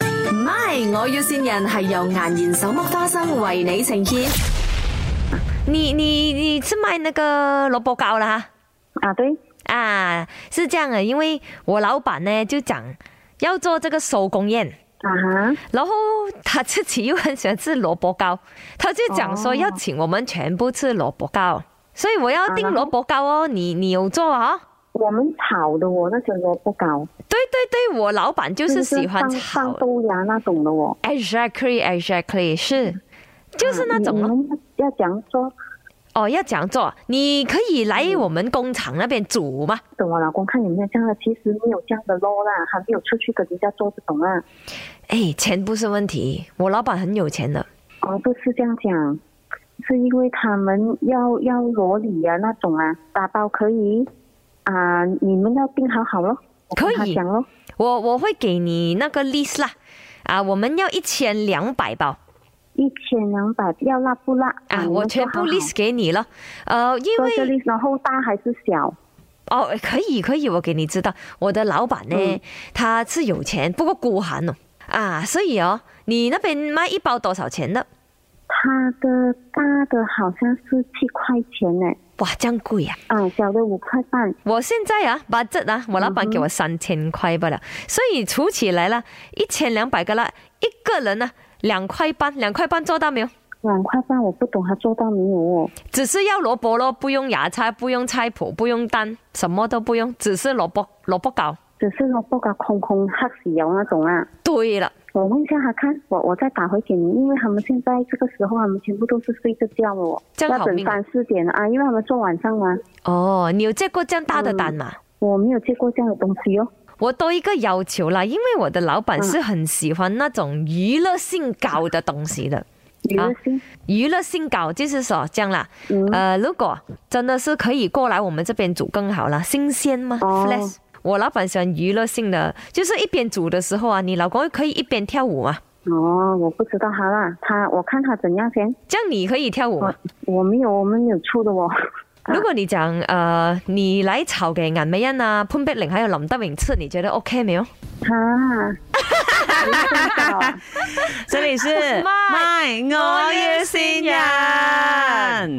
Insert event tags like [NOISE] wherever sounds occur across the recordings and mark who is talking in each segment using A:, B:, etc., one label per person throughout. A: 唔係，我要線人係由顏然手剝花生為你呈現。
B: 你你你是卖那个萝卜糕啦
C: 啊，对，
B: 哈啊？是这样的，因为我老板呢就讲要做这个手工宴，
C: 啊哈，
B: 然后他自己又很喜欢吃萝卜糕，他就讲说
C: 哦
B: 要请我们全部吃萝卜糕，所以我要订
C: 啊
B: 萝卜糕哦。你你有做啊、
C: 我们炒的哦，那些萝卜糕
B: 对对对，我老板就是喜欢
C: 就是放
B: 炒
C: 放豆芽那种的哦，
B: ，exactly exactly
C: 嗯
B: 是，就是那种咯
C: 啊你你们要怎样做？
B: 哦，要讲做，你可以来
C: 嗯
B: 我们工厂那边煮嘛。
C: 等我老公看有没有这样的，其实没有这样的咯啦，还没有出去跟人家做这种啊。
B: 哎，钱不是问题，我老板很有钱的。
C: 哦，不是这样讲，是因为他们要要裸礼啊那种啊，打包可以啊，你们要定好好咯，我跟
B: 可
C: 他
B: 以
C: 讲咯。
B: 我我会给你那个 list 啦，啊，我们要一千两百包
C: 一千两百要辣不辣
B: 啊，
C: 你
B: 我
C: 哎们
B: 全部
C: 做好好
B: list 给你了。呃，因
C: 做这
B: 为
C: list，然后大还是小？
B: 哦，可以可以，我给你知道，我的老板呢，
C: 嗯
B: 他是有钱，不过孤寒哦，啊，所以哦，你那边卖一包多少钱的？
C: 它的大的好像是七块钱呢，
B: 哇，这样贵呀、
C: 啊，小的五块半。
B: 我现在啊，把这啊，我老板
C: 嗯
B: 给我三千块罢了，所以除起来了，一千两百个啦，一个人呢、两块半，两块半做到没有？
C: 两块半，我不懂他做到没有哦。
B: 只是要萝卜咯，不用芽菜，不用菜谱，不用蛋，什么都不用，只是萝卜萝卜糕。
C: 只是萝卜糕空空黑死油那种啊。
B: 对了，
C: 我问一下他看，我我再打回给你，因为他们现在这个时候，他们全部都是睡着觉了哦，
B: 这样
C: 要
B: 好
C: 等
B: 命啊
C: 三四点了啊，因为他们做晚上嘛。
B: 哦，你有见过这样大的蛋吗？
C: 我没有见过这样的东西哦。
B: 我多一个要求啦，因为我的老板是很喜欢那种娱乐性高的东西的。
C: 娱乐性，
B: 娱乐性高就是说这样啦，
C: 嗯
B: 呃，如果真的是可以过来我们这边煮更好啦，新鲜吗、
C: 哦
B: f l a s h 我老板喜欢娱乐性的，就是一边煮的时候啊，你老公可以一边跳舞嘛，
C: 哦，我不知道他啦，他我看他怎样先。
B: 这样你可以跳舞嘛。
C: 我没有，我们没有出的哦。 [LAUGHS]
B: 如果你讲呃，你来炒嘅颜美欣啊、潘碧玲还有林德荣吃，你觉得 OK 没有？ [LAUGHS]
C: 啊，你知道啊
D: 这里是
B: My，
D: My，我要哦
B: 嗯
D: 新人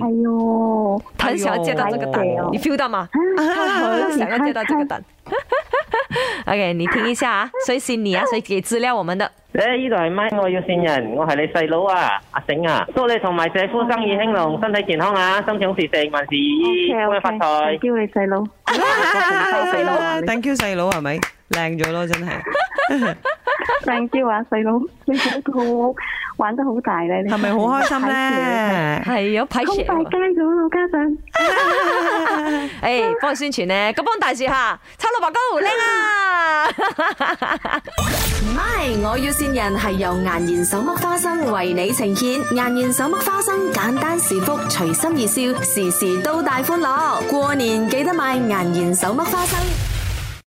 C: 哎。呦，
B: 他很想要接到这个蛋
C: 哎呦，
B: 你 feel 到 [LAUGHS] 吗？
C: 啊
B: 很想要接到这个蛋。OK，你听一下啊，谁是你啊？谁给资料我们的？
E: 咧呢度係咪我要線人，我係你細佬啊，阿醒啊，祝你同埋姐夫生意興隆，身體健康啊，心想事成，萬事如意，
C: OK
E: 恭喜
C: OK，
E: 發財。
C: 叫你細佬，細佬啊你
D: Thank you 細佬係咪靚咗咯？真係
C: ，thank you 啊細佬，你睇佢好玩得好大咧，你
D: 係咪好開 [LAUGHS] 心？咧？
B: 系有派
C: 好
B: 血
C: 大街咗咯，加上
B: 诶，帮哎佢宣傳呢，咁幫大樹下炒蘿蔔糕靚啊！
A: 唔係，我要線人係由顏然手剝花生為你呈現。顏然手剝花生，簡單是福，隨心而笑，時時都大歡樂。過年記得買顏然手剝花生。